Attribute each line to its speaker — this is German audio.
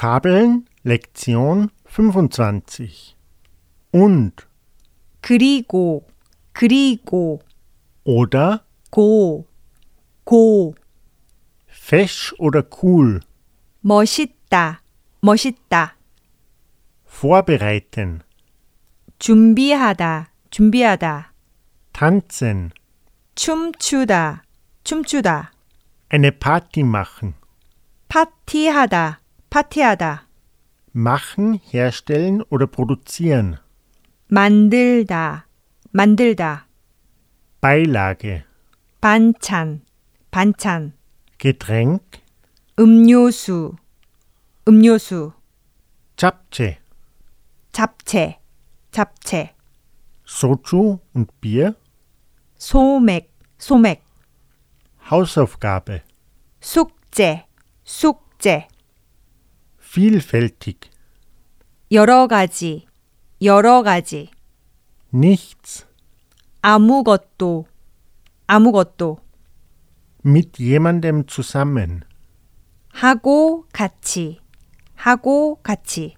Speaker 1: Vokabeln Lektion 25 und
Speaker 2: 그리고 그리고
Speaker 1: oder
Speaker 2: 고, 고,
Speaker 1: fesch oder cool
Speaker 2: 멋있다, 멋있다,
Speaker 1: vorbereiten,
Speaker 2: 준비하다, 준비하다,
Speaker 1: tanzen,
Speaker 2: 춤추다, 춤추다,
Speaker 1: eine Party machen,
Speaker 2: 파티하다, 파티하다,
Speaker 1: machen, herstellen oder produzieren,
Speaker 2: 만들다, 만들다,
Speaker 1: Beilage,
Speaker 2: 반찬, 반찬,
Speaker 1: Getränk,
Speaker 2: 음료수, 음료수,
Speaker 1: Japchae,
Speaker 2: 잡채, 잡채,
Speaker 1: Soju und Bier,
Speaker 2: 소맥, 소맥,
Speaker 1: Hausaufgabe,
Speaker 2: 숙제, 숙제,
Speaker 1: vielfältig,
Speaker 2: 여러 가지, 여러 가지.
Speaker 1: nichts,
Speaker 2: 아무것도 아무것도
Speaker 1: mit jemandem zusammen.
Speaker 2: 하고 같이 하고 같이